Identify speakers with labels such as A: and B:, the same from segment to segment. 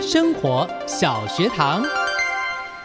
A: 生活小学堂，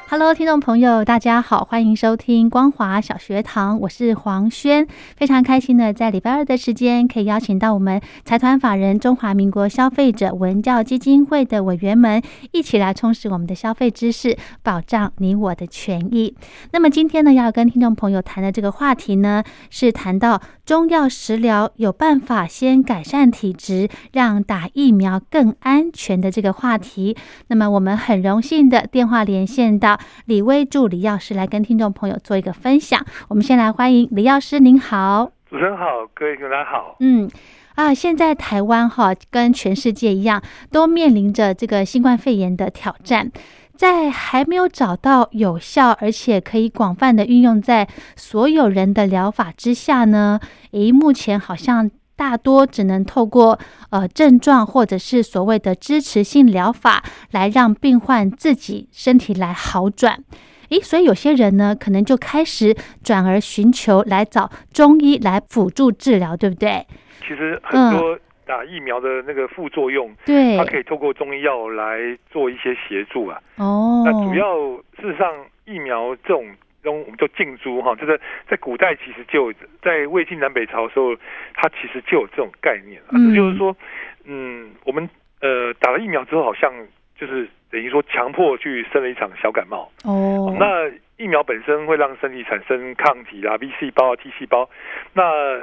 B: Hello，听众朋友，大家好，欢迎收听光华小学堂，我是黄轩，非常开心呢，在礼拜二的时间可以邀请到我们财团法人中华民国消费者文教基金会的委员们，一起来充实我们的消费知识，保障你我的权益。那么今天呢，要跟听众朋友谈的这个话题呢，是谈到中药食疗有办法先改善体质，让打疫苗更安全的这个话题。那么我们很荣幸的电话连线到李威助理药师来跟听众朋友做一个分享。我们先来欢迎李药师，您好。
C: 主持人好，各位大家好。
B: 嗯。啊，现在台湾哈跟全世界一样，都面临着这个新冠肺炎的挑战。在还没有找到有效而且可以广泛的运用在所有人的疗法之下呢，诶，目前好像大多只能透过呃症状或者是所谓的支持性疗法来让病患自己身体来好转。诶，所以有些人呢，可能就开始转而寻求来找中医来辅助治疗，对不对？
C: 其实很多打疫苗的那个副作用，
B: 嗯对，
C: 它可以透过中医药来做一些协助啊。
B: 哦，
C: 那主要事实上疫苗这种。东我们叫禁猪哈，就是在古代其实就有在魏晋南北朝的时候，它其实就有这种概念啊，
B: 嗯
C: 这就是说，嗯，我们呃打了疫苗之后，好像就是等于说强迫去生了一场小感冒，
B: 哦，
C: 那疫苗本身会让身体产生抗体啦、B 细胞啊、T 细胞，那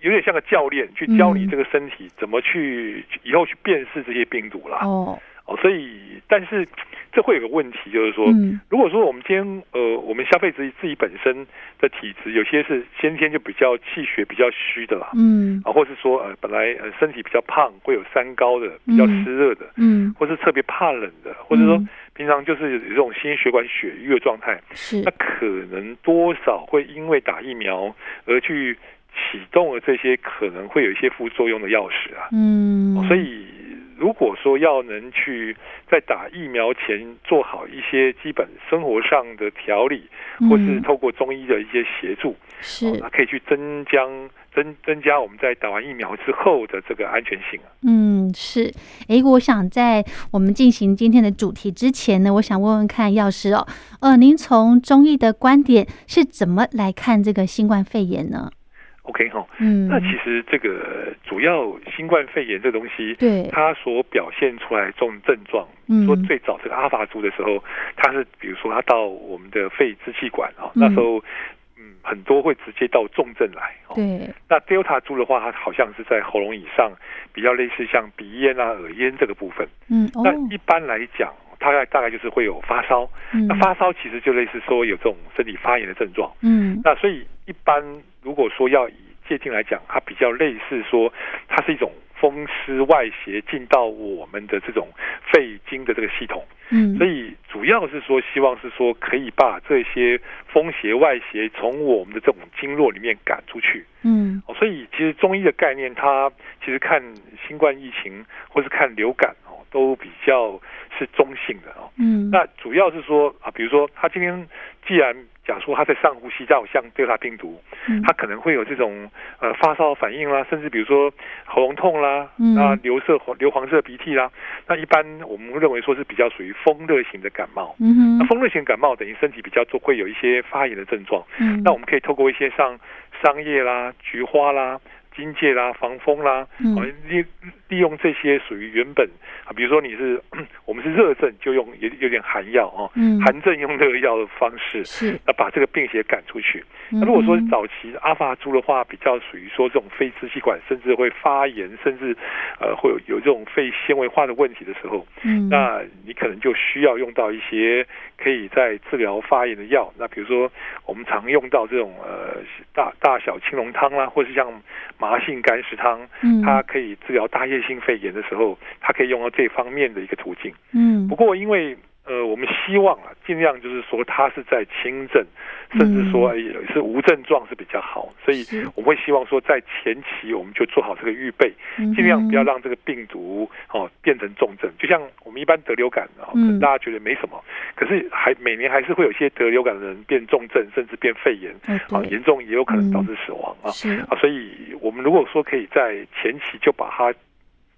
C: 有点像个教练去教你
B: 嗯
C: 这个身体怎么去以后去辨识这些病毒啦。
B: 哦，
C: 哦，所以但是这会有个问题，就是说，
B: 嗯
C: 如果说我们今天呃，我们消费者自己本身的体质，有些是先天就比较气血比较虚的啦，
B: 嗯
C: 啊，或是说呃本来呃身体比较胖，会有三高的，比较
B: 嗯
C: 湿热的，
B: 嗯，
C: 或是特别怕冷的，或者说
B: 嗯
C: 平常就是有这种心血管血瘀的状态。
B: 是
C: 那，可能多少会因为打疫苗而去启动了这些可能会有一些副作用的钥匙啊。
B: 嗯，
C: 所以，如果说要能去在打疫苗前做好一些基本生活上的调理，或是
B: 嗯
C: 透过中医的一些协助，哦
B: 是
C: 那，可以去增加增增加我们在打完疫苗之后的这个安全性啊。
B: 嗯是，诶，我想在我们进行今天的主题之前呢，我想问问看药师哦，呃，您从中医的观点是怎么来看这个新冠肺炎呢？
C: OK 哈，
B: 嗯，
C: 那其实这个主要新冠肺炎这东西，
B: 对，
C: 它所表现出来的这种症状，
B: 嗯
C: 说最早这个阿法株的时候，它是比如说它到我们的肺支气管啊、哦，
B: 嗯
C: 那时候嗯很多会直接到重症来。哦、
B: 对，
C: 那 Delta 株的话，它好像是在喉咙以上，比较类似像鼻咽啊、耳咽这个部分。
B: 嗯哦
C: 那，一般来讲，大概大概就是会有发烧，
B: 嗯
C: 那发烧其实就类似说有这种身体发炎的症状。
B: 嗯
C: 那所以一般如果说要以借镜来讲，它比较类似说，它是一种风湿外邪进到我们的这种肺经的这个系统，
B: 嗯，
C: 所以主要是说希望是说可以把这些风邪外邪从我们的这种经络里面赶出去。
B: 嗯
C: 哦，所以其实中医的概念，它其实看新冠疫情或是看流感哦，都比较是中性的哦。
B: 嗯
C: 那主要是说啊，比如说他今天既然假说他在上呼吸道，像对他病毒，
B: 嗯
C: 他可能会有这种呃发烧反应啦，甚至比如说喉咙痛啦，
B: 嗯
C: 那流色流黄色鼻涕啦，那一般我们认为说是比较属于风热型的感冒。
B: 嗯
C: 那
B: 哼
C: 风热型感冒等于身体比较多会有一些发炎的症状，
B: 嗯，
C: 那我们可以透过一些像桑叶啦、菊花啦、荆芥啦、防风啦，
B: 嗯
C: 啊利利用这些属于原本啊啊，比如说你是我们是热症，就用有有点寒药哦，
B: 嗯，
C: 寒症用热药的方式，
B: 是。嗯
C: 那把这个病邪赶出去。
B: 那
C: 那如果说早期阿法猪的话，比较属于说这种肺支气管甚至会发炎，甚至呃会有有这种肺纤维化的问题的时候，
B: 嗯
C: 那你可能就需要用到一些可以在治疗发炎的药。那比如说我们常用到这种呃大大小青龙汤啦，或是像麻杏甘石汤，
B: 嗯
C: 它可以治疗大叶性肺炎的时候，它可以用到这方面的一个途径。
B: 嗯，
C: 不过因为呃，我们希望啊，尽量就是说它是在轻症，甚至说、哎是无症状是比较好，所以
B: 嗯是
C: 我们会希望说在前期我们就做好这个预备，
B: 嗯
C: 尽量不要
B: 哼
C: 让这个病毒哦变成重症。就像我们一般得流感啊，可
B: 嗯
C: 能大家觉得没什么，可是还每年还是会有一些得流感的人变重症，甚至变肺炎
B: 哎
C: 啊，
B: 对
C: 严重也有可能导
B: 嗯
C: 致死亡啊。
B: 是
C: 啊，所以我们如果说可以在前期就把它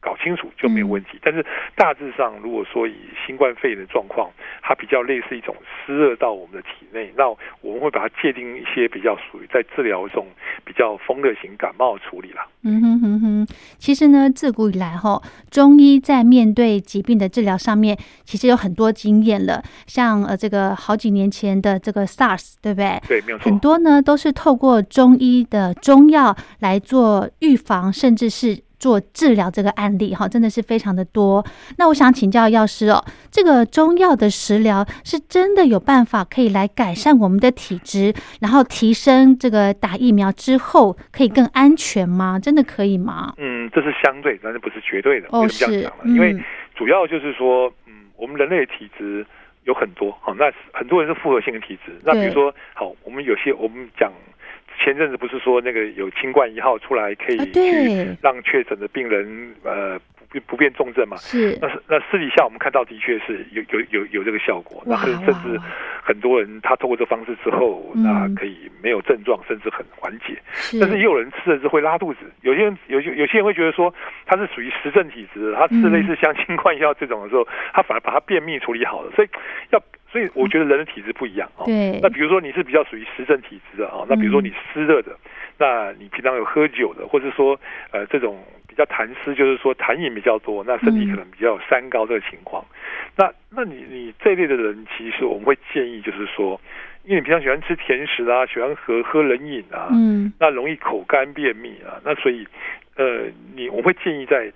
C: 搞清楚就没有问题，但是大致上如果说以新冠肺炎的状况，它比较类似一种湿热到我们的体内，那我们会把它界定一些比较属于在治疗这种比较风热型感冒处理啦。
B: 嗯哼哼哼，其实呢，自古以来哈，中医在面对疾病的治疗上面，其实有很多经验了。像呃，这个好几年前的这个 SARS，对不对？
C: 对，没有错
B: 很。多呢都是透过中医的中药来做预防，甚至是做治疗这个案例哈，真的是非常的多。那我想请教药师哦，这个中药的食疗是真的有办法可以来改善我们的体质，然后提升这个打疫苗之后可以更安全吗？真的可以吗？
C: 嗯，这是相对，但是不是绝对的。
B: 哦，
C: 为什么这
B: 是
C: 样，讲呢？
B: 嗯
C: 因为主要就是说，嗯，我们人类的体质有很多，好、那很多人是复合性的体质。那比
B: 对
C: 如说，好，我们有些我们讲前阵子不是说那个有新冠一号出来可以
B: 啊，
C: 去
B: 对，
C: 让确诊的病人呃不变不变重症嘛？
B: 是
C: 那是那私底下我们看到的确是有有有有这个效果，那
B: 哇
C: 很甚至
B: 哇
C: 很多人他通过这方式之后，那
B: 嗯
C: 可以没有症状，甚至很缓解。
B: 是，
C: 但是也有人吃了是会拉肚子，有些人有些有些人会觉得说他是属于实症体质的，他
B: 嗯
C: 吃类似像新冠药这种的时候，他反而把他便秘处理好了，所以要所以我觉得人的体质不一样哦。
B: 对嗯
C: 那，比如说你是比较属于实症体质的哦，那比如说你湿热的，那你平常有喝酒的，或者说呃这种比较痰湿，就是说痰饮比较多，那身
B: 嗯
C: 体可能比较有三高这个情况。那那你你这一类的人，其实我们会建议就是说，因为你平常喜欢吃甜食啊，喜欢喝喝冷饮啊，
B: 嗯
C: 那容易口干便秘啊，那所以，呃，你我会建议在，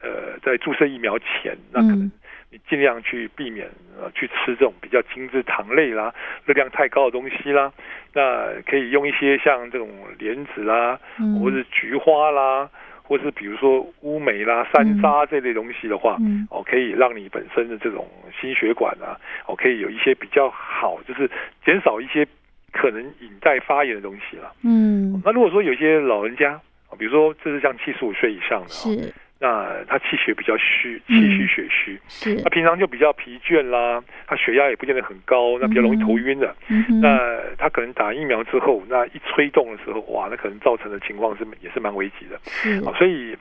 C: 呃，在注射疫苗前，那可能
B: 嗯
C: 你尽量去避免呃去吃这种比较精致糖类啦、热量太高的东西啦。那可以用一些像这种莲子啦，
B: 嗯，
C: 或是菊花啦，或是比如说乌梅啦、山楂这类东西的话，
B: 嗯
C: 哦，可以让你本身的这种心血管啊，哦，可以有一些比较好，就是减少一些可能引带发炎的东西啦。
B: 嗯
C: 那如果说有些老人家，啊比如说这是像七十五岁以上的、哦，
B: 是
C: 那他气血比较虚，
B: 嗯
C: 气虚血虚，
B: 是
C: 他，平常就比较疲倦啦，他血压也不见得很高，那比较容易头晕的。
B: 嗯哼
C: 那他可能打疫苗之后，那一吹动的时候，哇，那可能造成的情况是也是蛮危急的。
B: 是
C: 啊，所以，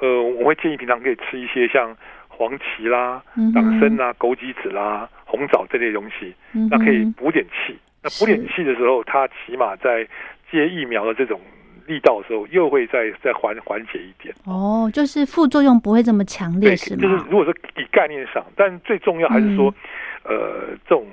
C: 呃，我会建议平常可以吃一些像黄芪啦、
B: 嗯
C: 党
B: 哼
C: 参啦、枸杞子啦、红枣这类东西。
B: 嗯
C: 啊那可以
B: 哼
C: 补点气。那补点气的时候，它起码在接疫苗的这种力道的时候，又会再再缓缓解一点。
B: 哦，就是副作用不会这么强烈，
C: 对，
B: 是嗯
C: 就
B: 吗？
C: 是如果是以概念上，但最重要还是说，呃，这种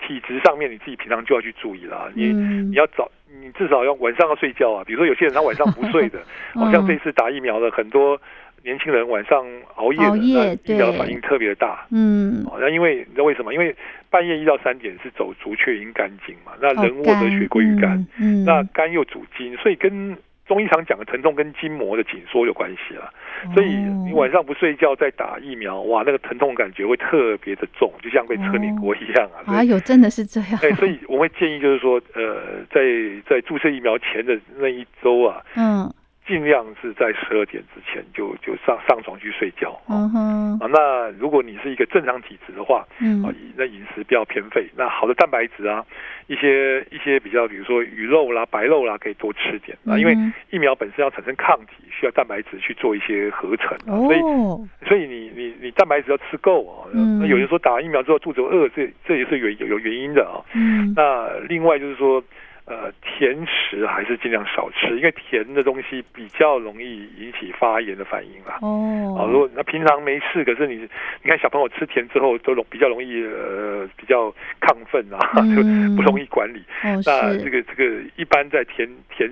C: 体质上面你自己平常就要去注意啦。你、
B: 嗯
C: 你要早，你至少要晚上要睡觉啊。比如说有些人他晚上不 睡的，
B: 哦
C: 好、像这次打疫苗的很多年轻人晚上熬夜的，
B: 熬夜
C: 那疫苗
B: 对
C: 反应特别大。
B: 嗯
C: 哦，那因为你知道为什么？因为半夜一到三点是走足厥阴肝经嘛，那
B: 哦
C: 人握得血归于肝，，
B: 嗯，
C: 那肝又主筋，所以跟中医常讲的疼痛跟筋膜的紧缩有关系啦。
B: 那
C: 所以你晚上不睡觉再打疫苗，哇，那个疼痛感觉会特别的重，就像被车碾过一样啊。所以
B: 哎呦，真的是这样，
C: 哎，所以我会建议就是说，呃，在在注射疫苗前的那一周啊，
B: 嗯
C: 尽量是在十二点之前就就上上床去睡觉。哦
B: 嗯哼
C: 啊，那如果你是一个正常体质的话，啊
B: 嗯，
C: 那饮食不要偏废。那好的蛋白质啊，一些一些比较，比如说鱼肉啦、白肉啦，可以多吃点啊。因为
B: 嗯
C: 疫苗本身要产生抗体，需要蛋白质去做一些合成啊。所以，
B: 哦，
C: 所以你你你蛋白质要吃够啊。
B: 嗯
C: 那有人说打疫苗之后肚子饿，这这也是原有有原因的啊。
B: 嗯
C: 那另外就是说，呃甜食还是尽量少吃，因为甜的东西比较容易引起发炎的反应啦。啊，如
B: 哦，
C: 果那平常没事，可是你你看小朋友吃甜之后都容比较容易呃比较亢奋啊，就
B: 嗯
C: 不容易管理。
B: 哦
C: 那这
B: 是，
C: 个这个一般在甜甜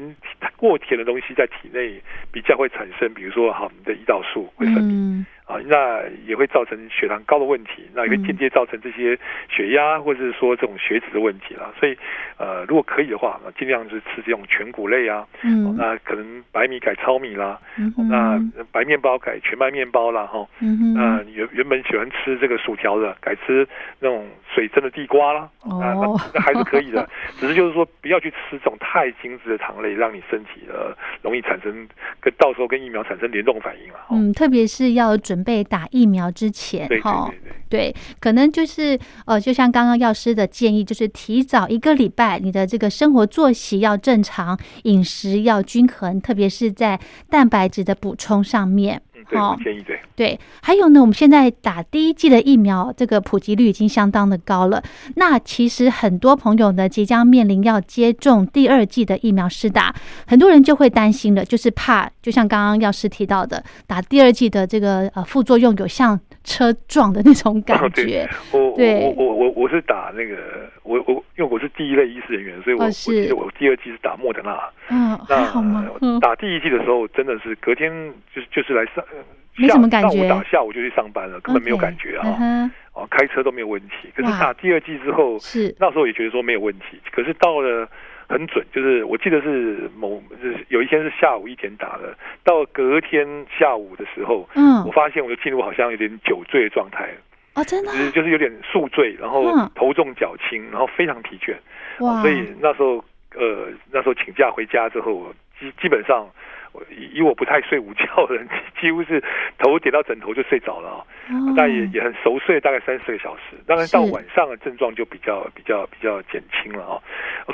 C: 过甜的东西在体内比较会产生，比如说好我们的胰岛素会分泌、
B: 嗯
C: 啊，那也会造成血糖高的问题，那也会
B: 嗯
C: 间接造成这些血压或者是说这种血脂的问题啦。所以呃，如果可以的话，那尽量是吃这种全谷类啊，哦
B: 嗯
C: 那可能白米改糙米啦，
B: 嗯
C: 哦
B: 哼，
C: 那白面包改全麦面包啦，哈、
B: 嗯哼
C: 那啊原原本喜欢吃这个薯条的，改吃那种水蒸的地瓜啦，
B: 哦
C: 啊，那那还是可以 的，只是就是说不要去吃这种太精致的糖类，让你身体呃容易产生跟到时候跟疫苗产生联动反应了。哦
B: 嗯，特别是要准备打疫苗之前
C: 对对
B: 哈，
C: 对对，
B: 对，可能就是呃，就像刚刚药师的建议，就是提早一个礼拜，你的这个生活作息要正常，饮食要均衡，特别是在蛋白质的补充上面。
C: 嗯，对我建议对。
B: 对，还有呢，我们现在打第一剂的疫苗，这个普及率已经相当的高了。那其实很多朋友呢，即将面临要接种第二剂的疫苗施打，很多人就会担心了，就是怕，就像刚刚药师提到的，打第二剂的这个呃副作用有像车撞的那种感
C: 对
B: 觉。
C: 我我
B: 对
C: 我我我我是打那个我我因为我是第一类医师人员，所以我、
B: 哦
C: 我
B: 是
C: 记得我第二季是打莫德纳。
B: 嗯，还
C: 那
B: 好吗？嗯
C: 呃打第一季的时候，真的是隔天就是就是来上，呃
B: 没
C: 下
B: 什么感
C: 上午
B: 觉
C: 打下午就去上班了，根本没有
B: OK，
C: 感觉
B: 嗯
C: 啊，
B: 哼，
C: 哦，开车都没有问题。可是
B: 哇
C: 打第二季之后，
B: 是，
C: 那时候也觉得说没有问题，可是到了。很准，就是我记得是某，就是有一天是下午一点打的，到隔天下午的时候，
B: 嗯
C: 我，发现我就进入好像有点酒醉的状态，
B: 哦，真的
C: 就
B: 啊，
C: 是就是有点宿醉，然后
B: 嗯
C: 头重脚轻，然后非常疲倦。
B: 哇，
C: 哦所以那时候呃，那时候请假回家之后，基基本上我以以我不太睡午觉的人，几乎是头点到枕头就睡着了、啊，
B: 哦
C: 但也也很熟睡，大概三四个小时。当然到
B: 是
C: 晚上的症状就比较比较比较减轻了啊。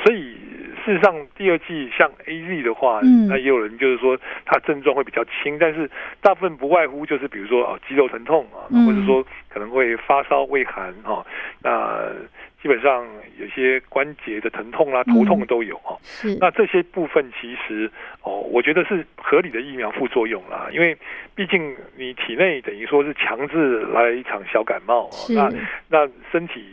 C: 所以事实上第二季像 A Z 的话，
B: 嗯
C: 那也有人就是说他症状会比较轻，但是大部分不外乎就是比如说啊肌肉疼痛啊，
B: 嗯
C: 或者说可能会发烧、畏寒啊，那基本上有些关节的疼痛啦、
B: 嗯
C: 头痛都有啊。
B: 是，
C: 那这些部分其实哦，我觉得是合理的疫苗副作用啦，因为毕竟你体内等于说是强制来了一场小感冒，哦
B: 是，
C: 那那身体，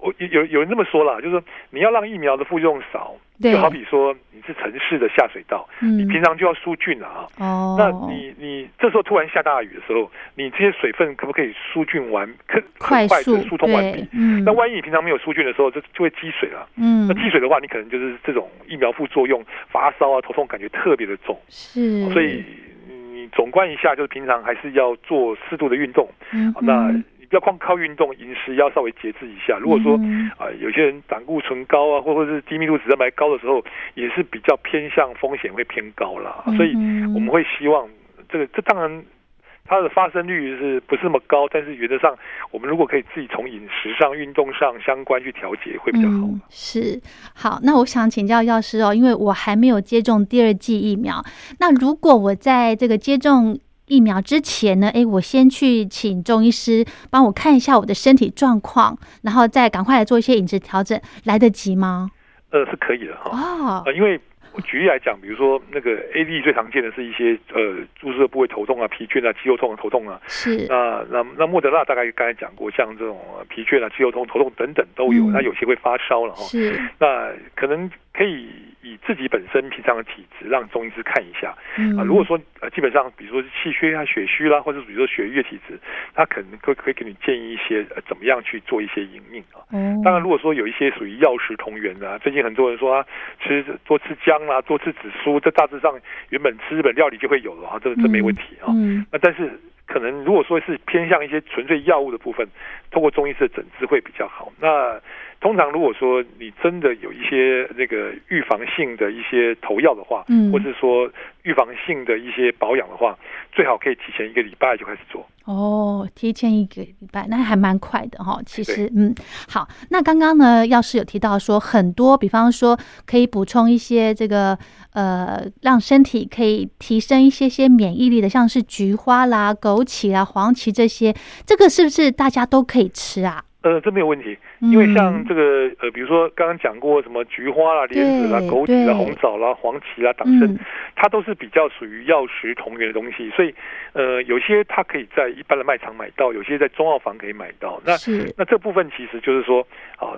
C: 我有有人这么说啦，就是说你要让疫苗的副作用少，
B: 对
C: 就好比说你是城市的下水道，你
B: 嗯，
C: 平常就要疏浚了啊。
B: 哦，
C: 那你你这时候突然下大雨的时候，你这些水分可不可以疏浚完，可
B: 快
C: 很快
B: 速
C: 地疏通完毕
B: 对？，嗯，
C: 那万一你平常没有疏浚的时候，这就会积水了。
B: 嗯
C: 那积水的话，你可能就是这种疫苗副作用，发烧啊、头痛感觉特别的重，
B: 是，
C: 所以嗯你总观一下，就是平常还是要做适度的运动。
B: 嗯
C: 啊
B: 哼
C: 那你不要光靠运动，饮食要稍微节制一下。如果说
B: 嗯
C: 啊、有些人胆固醇高啊，或或者是低密度脂蛋白高的时候，也是比较偏向风险会偏高啦。所以
B: 嗯
C: 我们会希望这个，这当然它的发生率是不是那么高，但是原则上我们如果可以自己从饮食上、运动上相关去调节，会比较好。
B: 嗯、是好，那我想请教药师哦，因为我还没有接种第二剂疫苗。那如果我在这个接种疫苗之前呢，诶，我先去请中医师帮我看一下我的身体状况，然后再赶快来做一些饮食调整，来得及吗？
C: 呃，是可以的哈。
B: 哦，
C: 呃，因为我举例来讲，比如说那个 AD 最常见的是一些呃注射部位头痛啊、疲倦啊、肌肉痛、头痛啊。
B: 是，
C: 那那那莫德纳大概刚才讲过，像这种呃疲倦啊、肌肉痛、头痛等等都有，
B: 嗯
C: 那有些会发烧了哈。
B: 是，
C: 那可能可以以自己本身平常的体质让中医师看一下
B: 嗯，
C: 啊。如果说呃基本上，比如说是气虚啊、血虚啦、或者是比如说血瘀的体质，他可能会可以给你建议一些、呃、怎么样去做一些营命啊。
B: 哦，
C: 当然，如果说有一些属于药食同源的、啊，最近很多人说啊，吃多吃姜啦、多吃紫苏，啊这大致上原本吃日本料理就会有了啊，这这没问题啊。
B: 嗯，
C: 那但是可能如果说是偏向一些纯粹药物的部分，通过中医师的诊治会比较好。那通常如果说你真的有一些那个预防性的一些投药的话，
B: 嗯
C: 或是说预防性的一些保养的话，最好可以提前一个礼拜就开始做。
B: 哦，提前一个礼拜，那还蛮快的哈、其
C: 哎对
B: 实，嗯，好，那刚刚呢，药师有提到说，很多，比方说可以补充一些这个呃，让身体可以提升一些些免疫力的，像是菊花啦、枸杞啦、黄芪这些，这个是不是大家都可以吃啊？
C: 呃，这没有问题，
B: 嗯
C: 因为像这个呃，比如说刚刚讲过什么菊花啦、莲子啦、
B: 对
C: 枸杞
B: 对
C: 啦、红枣啦、黄芪啦、党参
B: 嗯，
C: 它都是比较属于药食同源的东西，所以呃，有些它可以在一般的卖场买到，有些在中药房可以买到。那
B: 是
C: 那这部分其实就是说，啊，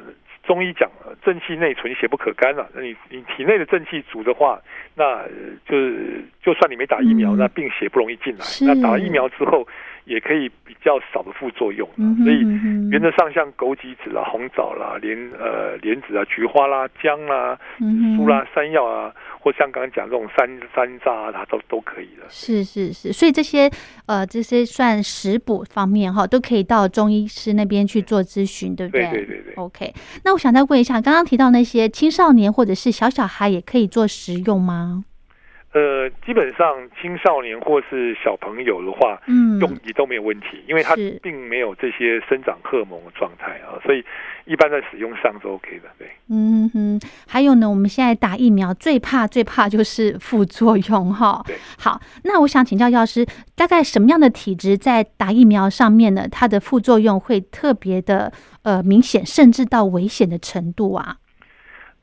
C: 中医讲呃正气内存，邪不可干啊。那你你体内的正气足的话，那呃就是就算你没打疫苗，
B: 嗯
C: 那病邪不容易进来
B: 是。
C: 那打了疫苗之后，也可以比较少的副作用。啊
B: 嗯哼
C: 所以
B: 嗯哼
C: 原则上像枸杞子啦、红枣啦、莲呃莲子啊、菊花啦、姜啦、
B: 嗯哼
C: 苏啦、山药啊，或像刚刚讲这种山山楂啊，它都都可以的。
B: 是是是，所以这些呃，这些算食补方面哈，都可以到中医师那边去做咨询，对不
C: 对
B: 对
C: 对对对
B: OK，那我想再问一下，刚刚提到那些青少年或者是小小孩也可以做食用吗？
C: 呃，基本上青少年或是小朋友的话，
B: 嗯，
C: 用也都没有问题，因为它
B: 是
C: 并没有这些生长荷尔蒙的状态啊，所以一般在使用上是 OK 的。对，
B: 嗯哼，还有呢，我们现在打疫苗最怕最怕就是副作用哈
C: 对。
B: 好，那我想请教药师，大概什么样的体质在打疫苗上面呢？它的副作用会特别的呃明显，甚至到危险的程度啊？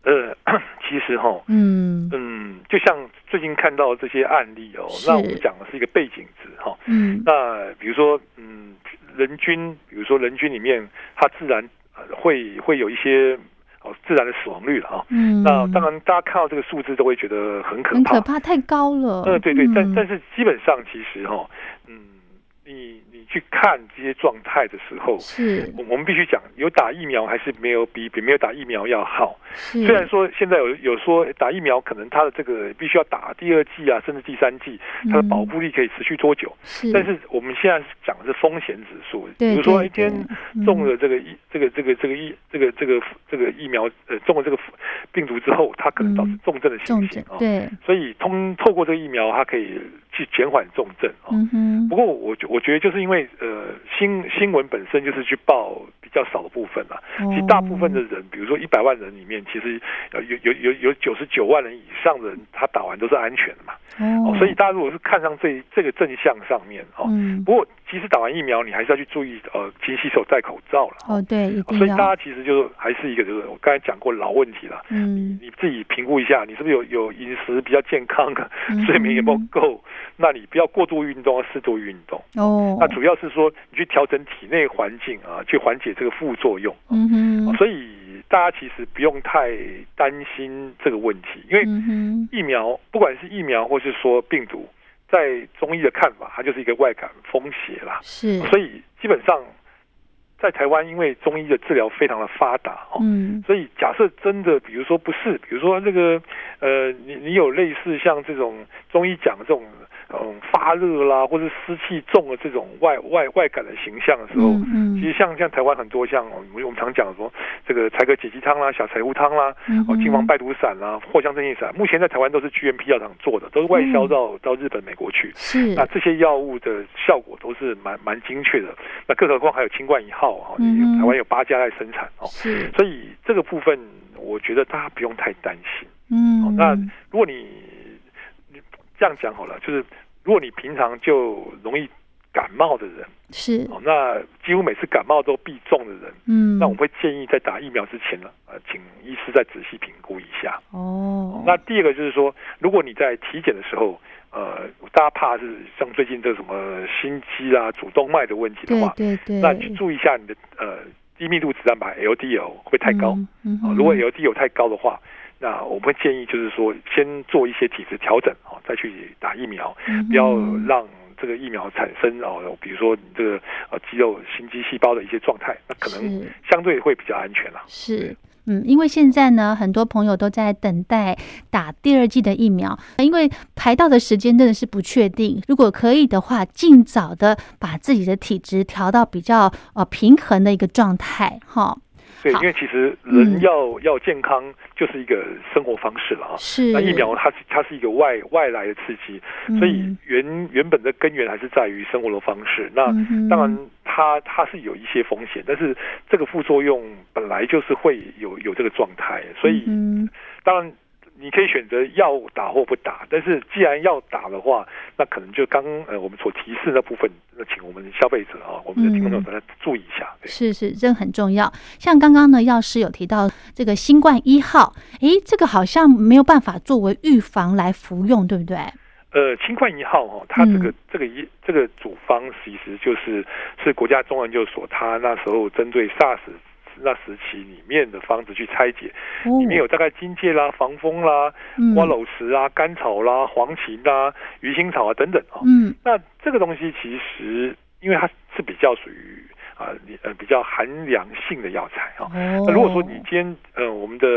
C: 呃， 其实哈，
B: 嗯
C: 嗯，就像最近看到这些案例哦，
B: 是
C: 那我们讲的是一个背景值哈、
B: 嗯
C: 那比如说，嗯，人均，比如说人均里面，它自然呃会会有一些哦自然的死亡率了啊、
B: 嗯，
C: 那当然，大家看到这个数字都会觉得很可
B: 很
C: 怕
B: 可，怕，太高了。
C: 呃，对对，但
B: 嗯
C: 但是基本上其实哈、嗯，你你去看这些状态的时候，
B: 是
C: 我我们必须讲，有打疫苗还是没有比比没有打疫苗要好。
B: 是，
C: 虽然说现在有有说打疫苗，可能它的这个必须要打第二剂啊，甚至第三剂，它的
B: 嗯
C: 保护力可以持续多久？
B: 是，
C: 但是我们现在讲的是风险指数，
B: 嗯对
C: 比如说
B: 对
C: 一天
B: 对
C: 中
B: 嗯
C: 了这个疫、这个这个这个疫这个这个这个疫苗，呃，中了这个病毒之后，它可能导致
B: 嗯
C: 重症的情
B: 重症
C: 形啊。
B: 对，
C: 所以通透过这个疫苗，它可以去减缓重症啊。
B: 嗯哼
C: 不，过我觉我觉得就是因为呃新新闻本身就是去报比较少的部分啦，其实大部分的
B: 哦
C: 人，比如说一百万人里面，其实呃有有有有九十九万人以上的人，他打完都是安全的嘛。
B: 哦
C: 哦，所以大家如果是看上这这个正向上面哦，
B: 嗯
C: 不过其实打完疫苗，你还是要去注意呃勤洗手、戴口罩了。
B: 哦对，一
C: 哦
B: 定
C: 所以
B: 要
C: 大家其实就是还是一个就是我刚才讲过老问题了。
B: 嗯
C: 你自己评估一下，你是不是有有饮食比较健康，
B: 嗯
C: 睡眠有没有够？那你不要过度运动，要适度运动。
B: 哦
C: 那主要是说你去调整体内环境啊，去缓解这个副作用。
B: 嗯哼
C: 所以大家其实不用太担心这个问题，因为
B: 嗯哼
C: 疫苗，不管是疫苗或是说病毒，在中医的看法，它就是一个外感风邪啦。
B: 是，
C: 所以基本上在台湾，因为中医的治疗非常的发达哦，
B: 嗯
C: 所以假设真的，比如说不是，比如说这个，呃，你你有类似像这种中医讲的这种，嗯，发热啦，或者湿气重的这种外外外感的形象的时候，
B: 嗯嗯
C: 哦其实像像台湾很多像我们我们常讲说这个柴蛤解鸡汤啦、小柴胡汤啦、
B: 嗯
C: 哦
B: 哼
C: 金黄败毒散啦、藿香正气散，目前在台湾都是 GMP 药厂做的，都是外
B: 嗯
C: 销到、到日本、美国去。
B: 是
C: 那这些药物的效果都是蛮蛮精确的，那更何况还有清冠一号啊、哦，
B: 嗯哼
C: 台湾有八家在生产哦，
B: 是
C: 所以这个部分，我觉得大家不用太担心。
B: 嗯
C: 哦，那如果你你这样讲好了，就是如果你平常就容易感冒的人，
B: 是
C: 哦，那几乎每次感冒都必中的人，
B: 嗯
C: 那我会建议在打疫苗之前呢，呃，请医师再仔细评估一下。
B: 哦
C: 那第二个就是说，如果你在体检的时候，呃，大家怕是像最近这什么心肌啊、主动脉的问题的
B: 对
C: 话，
B: 对对，
C: 那去注意一下你的呃低密度脂蛋白 LDL 会不会太高。
B: 嗯嗯
C: 啊，
B: 哼
C: 如果 LDL 太高的话，那我们会建议就是说，先做一些体质调整哦，再去打疫苗，
B: 嗯
C: 不要
B: 哼
C: 让这个疫苗产生哦，比如说你这个呃肌肉心肌细胞的一些状态，那可能
B: 是
C: 相对会比较安全啦。
B: 是。嗯，因为现在呢，很多朋友都在等待打第二剂的疫苗，因为排到的时间真的是不确定。如果可以的话，尽早的把自己的体质调到比较呃平衡的一个状态，哈。
C: 对，
B: 好
C: 因为其实
B: 嗯
C: 人要、要健康就是一个生活方式了啊。
B: 是。
C: 那疫苗它是它是一个外外来的刺激，
B: 嗯，
C: 所以原原本的根源还是在于生活的方式。那
B: 嗯哼
C: 当然它，它是有一些风险，但是这个副作用本来就是会有有这个状态，所以
B: 嗯哼
C: 当然你可以选择要打或不打，但是既然要打的话，那可能就刚呃我们所提示那部分，那请我们消费者啊，我们的听众
B: 嗯
C: 朋友注意一下。对
B: 是是，这很重要。像刚刚呢，药师有提到这个新冠一号，诶，这个好像没有办法作为预防来服用，对不对？
C: 呃，新冠一号哦，它这个
B: 嗯
C: 这个一这个处方其实就是是国家中研究所它那时候针对 SARS 那时期里面的方子去拆解，
B: 哦
C: 里面有大概荆芥啦、防风啦、
B: 嗯
C: 瓜蒌实啊、甘草啦、黄芩啦、鱼腥草啊等等哦。
B: 嗯
C: 那这个东西其实因为它是比较属于啊你呃比较寒凉性的药材哦。
B: 哦
C: 那如果说你今天呃我们的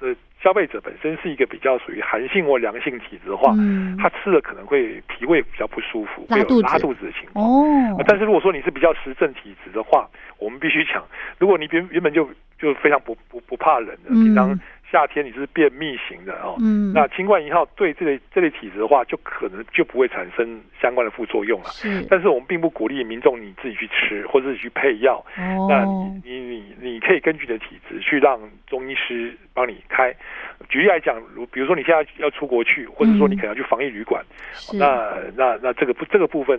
C: 呃消费者本身是一个比较属于寒性或凉性体质的话，
B: 嗯
C: 他吃了可能会脾胃比较不舒服，
B: 拉
C: 会有
B: 肚子
C: 拉肚子的情况。
B: 哦
C: 啊，但是如果说你是比较实症体质的话，我们必须讲，如果你原原本就就非常不不不怕冷的，
B: 嗯
C: 平常夏天你是便秘型的哦，
B: 嗯
C: 那新冠一号对这类这类体质的话，就可能就不会产生相关的副作用了。
B: 是
C: 但是我们并不鼓励民众你自己去吃或者自己去配药，那
B: 哦
C: 你你你你可以根据你的体质去让中医师帮你开。举例来讲，如比如说你现在要出国去，或者
B: 嗯
C: 说你可能要去防疫旅馆，
B: 是
C: 那那那这个部这个部分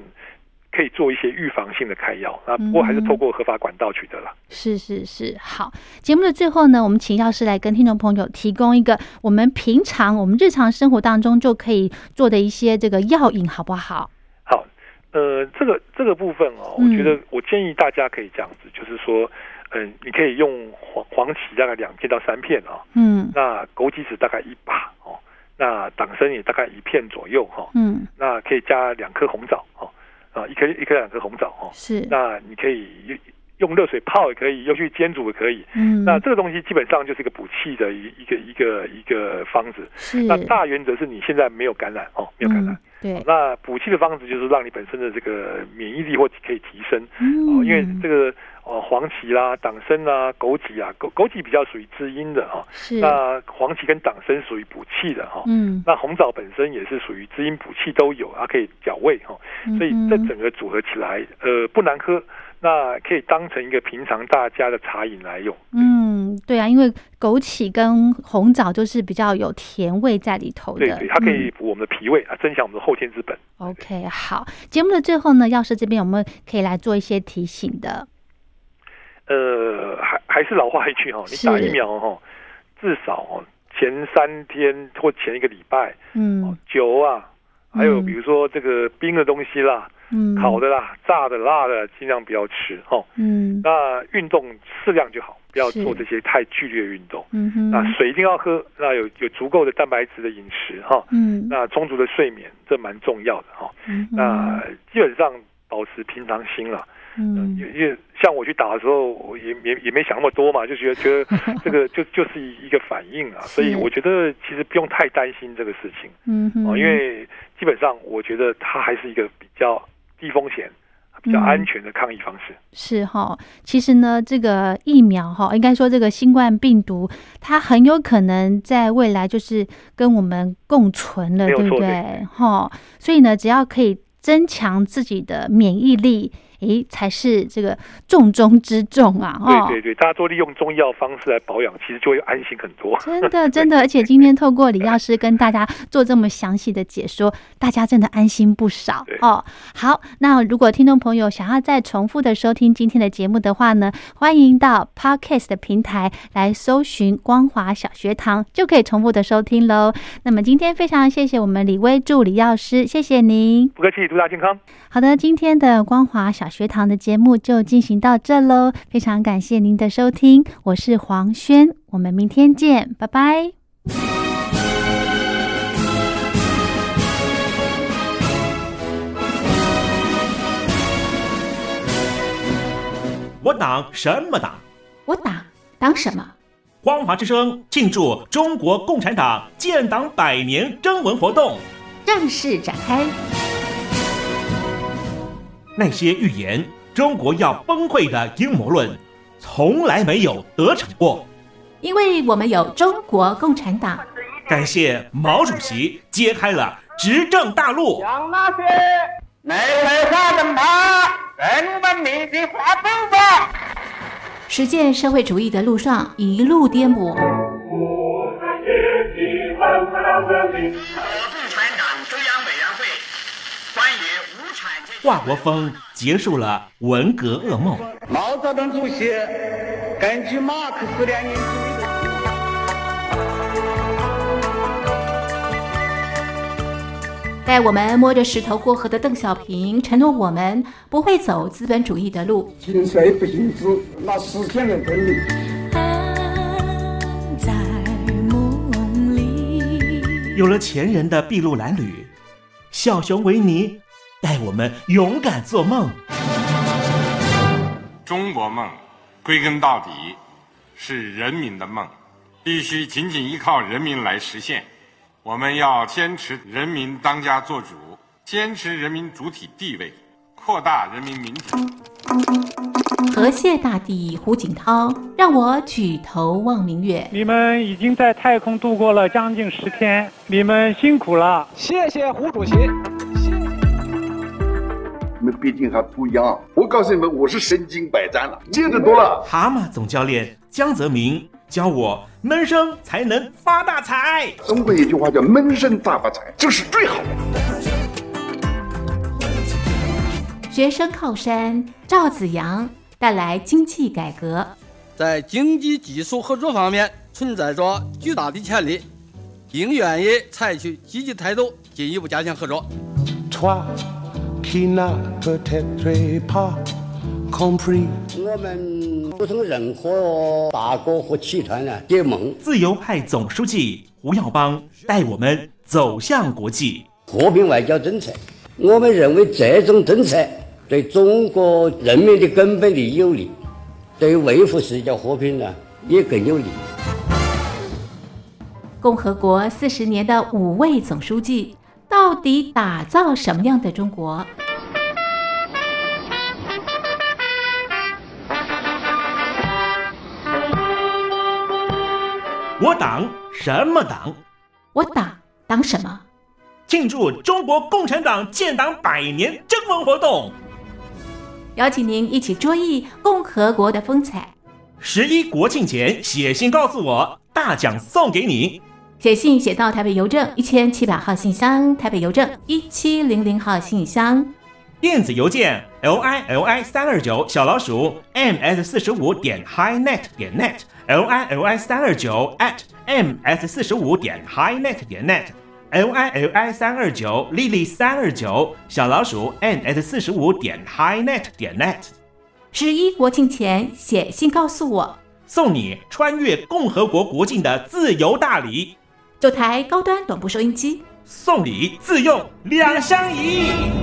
C: 可以做一些预防性的开药，那不过还
B: 嗯
C: 是透过合法管道取得了。
B: 是是是，好。节目的最后呢，我们请药师来跟听众朋友提供一个我们平常我们日常生活当中就可以做的一些这个药引，好不好？
C: 好，呃，这个这个部分哦，我
B: 嗯
C: 觉得我建议大家可以这样子，就是说，嗯、你可以用黄黄芪大概两片到三片哦，
B: 嗯
C: 那枸杞子大概一把哦，那党参也大概一片左右哈、哦，
B: 嗯，
C: 那可以加两颗红枣哦，啊，一颗一颗两颗红枣哦，
B: 是
C: 那你可以用用热水泡也可以，又去煎煮也可以。
B: 嗯
C: 那这个东西基本上就是一个补气的一一个一个一个方子。
B: 是
C: 那大原则是你现在没有感染哦，没有感染
B: 嗯。对，
C: 那补气的方子就是让你本身的这个免疫力或可以提升哦，
B: 嗯，
C: 因为这个哦黄芪啦、党参啦、枸杞啊，枸枸杞比较属于滋阴的哦，
B: 是
C: 那黄芪跟党参属于补气的哈、哦。
B: 嗯，
C: 那红枣本身也是属于滋阴补气都有，它可以调胃哈、哦，所以
B: 嗯哼
C: 这整个组合起来，呃，不难喝，那可以当成一个平常大家的茶饮来用。
B: 嗯，对啊，因为枸杞跟红枣就是比较有甜味在里头的，
C: 对对，它可
B: 嗯
C: 以补我们的脾胃啊，增强我们的后天之本。
B: OK，好，节目的最后呢，药师这边有没有可以来做一些提醒的？
C: 呃，还还是老话一句哈、哦，你
B: 是
C: 打疫苗哦，至少哦前三天或前一个礼拜，哦
B: 嗯
C: 酒啊，还有
B: 嗯
C: 比如说这个冰的东西啦、
B: 嗯，
C: 烤，的啦、炸的、辣的，尽量不要吃哦。
B: 嗯
C: 那运动适量就好，不要
B: 是
C: 做这些太剧烈的运动。
B: 嗯哼，
C: 那水一定要喝，那有有足够的蛋白质的饮食哈、
B: 嗯，
C: 那充足的睡眠，这蛮重要的哈、
B: 嗯哼
C: 那呃基本上保持平常心了。嗯，
B: 嗯
C: 因因为像我去打的时候，我也也也没想那么多嘛，就觉得觉得这个 就就是一个反应啊，所以
B: 是
C: 我觉得其实不用太担心这个事情
B: 嗯哼
C: 哦，因为基本上我觉得它还是一个比较低风险、比较
B: 嗯
C: 安全的抗疫方式。
B: 是哈，其实呢，这个疫苗哈，应该说这个新冠病毒，它很有可能在未来就是跟我们共存了，
C: 没有
B: 对不
C: 错
B: 对
C: 对？
B: 哈，所以呢，只要可以增强自己的免疫力，诶，才是这个重中之重啊！哦，
C: 对对对，大家多利用中药方式来保养，其实就会安心很 多。
B: 真的，真的，而且今天透过李药师跟大家做这么详细的解说，大家真的安心不少
C: 对
B: 哦。好，那如果听众朋友想要再重复的收听今天的节目的话呢，欢迎到 Podcast 的平台来搜寻“光华小学堂”，就可以重复的收听喽。那么今天非常谢谢我们李威助理药师，谢谢您。
C: 不客气，祝大家健康。
B: 好的，今天的光华小学堂的节目就进行到这喽，非常感谢您的收听，我是黄轩，我们明天见，拜拜。
D: 我党什么党？
E: 我党党什么？
D: 光华之声庆祝中国共产党建党百年征文活动，
E: 正式展开。
D: 那些预言中国要崩溃的阴谋论，从来没有得逞过。
E: 因为我们有中国共产党。
D: 感谢毛主席揭开了执政大陆。
F: 讲那些没文化的马，人文明的花头发。
E: 实践社会主义的路上一路颠簸，
G: 我们一起欢快
H: 对，
I: 土著船长周扬委员会关于无产阶级
D: 华国锋结束了文革噩梦。
I: 毛泽东主席根据马克思列宁主义的思想。
E: 带我们摸着石头过河的邓小平承诺我们不会走资本主义的路。
J: 井水不行之，那实现了真理。
K: 安在梦里。
D: 有了前人的筚路蓝缕，小熊维尼带我们勇敢做梦。
F: 中国梦，归根到底是人民的梦，必须紧紧依靠人民来实现。我们要坚持人民当家作主，坚持人民主体地位，扩大人民民主。
E: 河蟹大帝胡锦涛让我举头望明月。
L: 你们已经在太空度过了将近十天，你们辛苦了。
M: 谢谢胡主席。
N: 你们毕竟还不一样，我告诉你们，我是身经百战了，见得多了。
D: 蛤蟆总教练江泽民教我闷声才能发大财。
N: 中国有句话叫“闷声大发财”，这是最好的。
E: 学生靠山赵紫阳带来经济改革。
O: 在经济技术合作方面存在着巨大的潜力，应愿意采取积极态度，进一步加强合作。
P: 我们不从任何大国和集团呢结盟，
D: 自由派总书记胡耀邦带我们走向国际。
P: 和平外交政策，我们认为这种政策对中国人民的根本利益有利，对维护世界和平呢也更有利。
E: 共和国四十年的五位总书记到底打造什么样的中国？
D: 我党什么党？
E: 我党党什么？
D: 庆祝中国共产党建党百年征文活动，
E: 邀请您一起追忆共和国的风采。
D: 十一国庆前写信告诉我，大奖送给你。
E: 写信写到台北邮政一千七百号信箱，台北邮政一七零零号信箱。
D: 电子邮件 l i l i 三二九小老鼠 m s 四十五点 highnet E 点 net l i l i 三二九 at m s 四十五点 highnet E 点 net l i l i 三二九 lily 三二九小老鼠 m s 四十五点 highnet E 点 net
E: 十一国庆前写信告诉我，
D: 送你穿越共和国国境的自由大礼，
E: 九台高端短波收音机。
D: 送礼自用两相宜。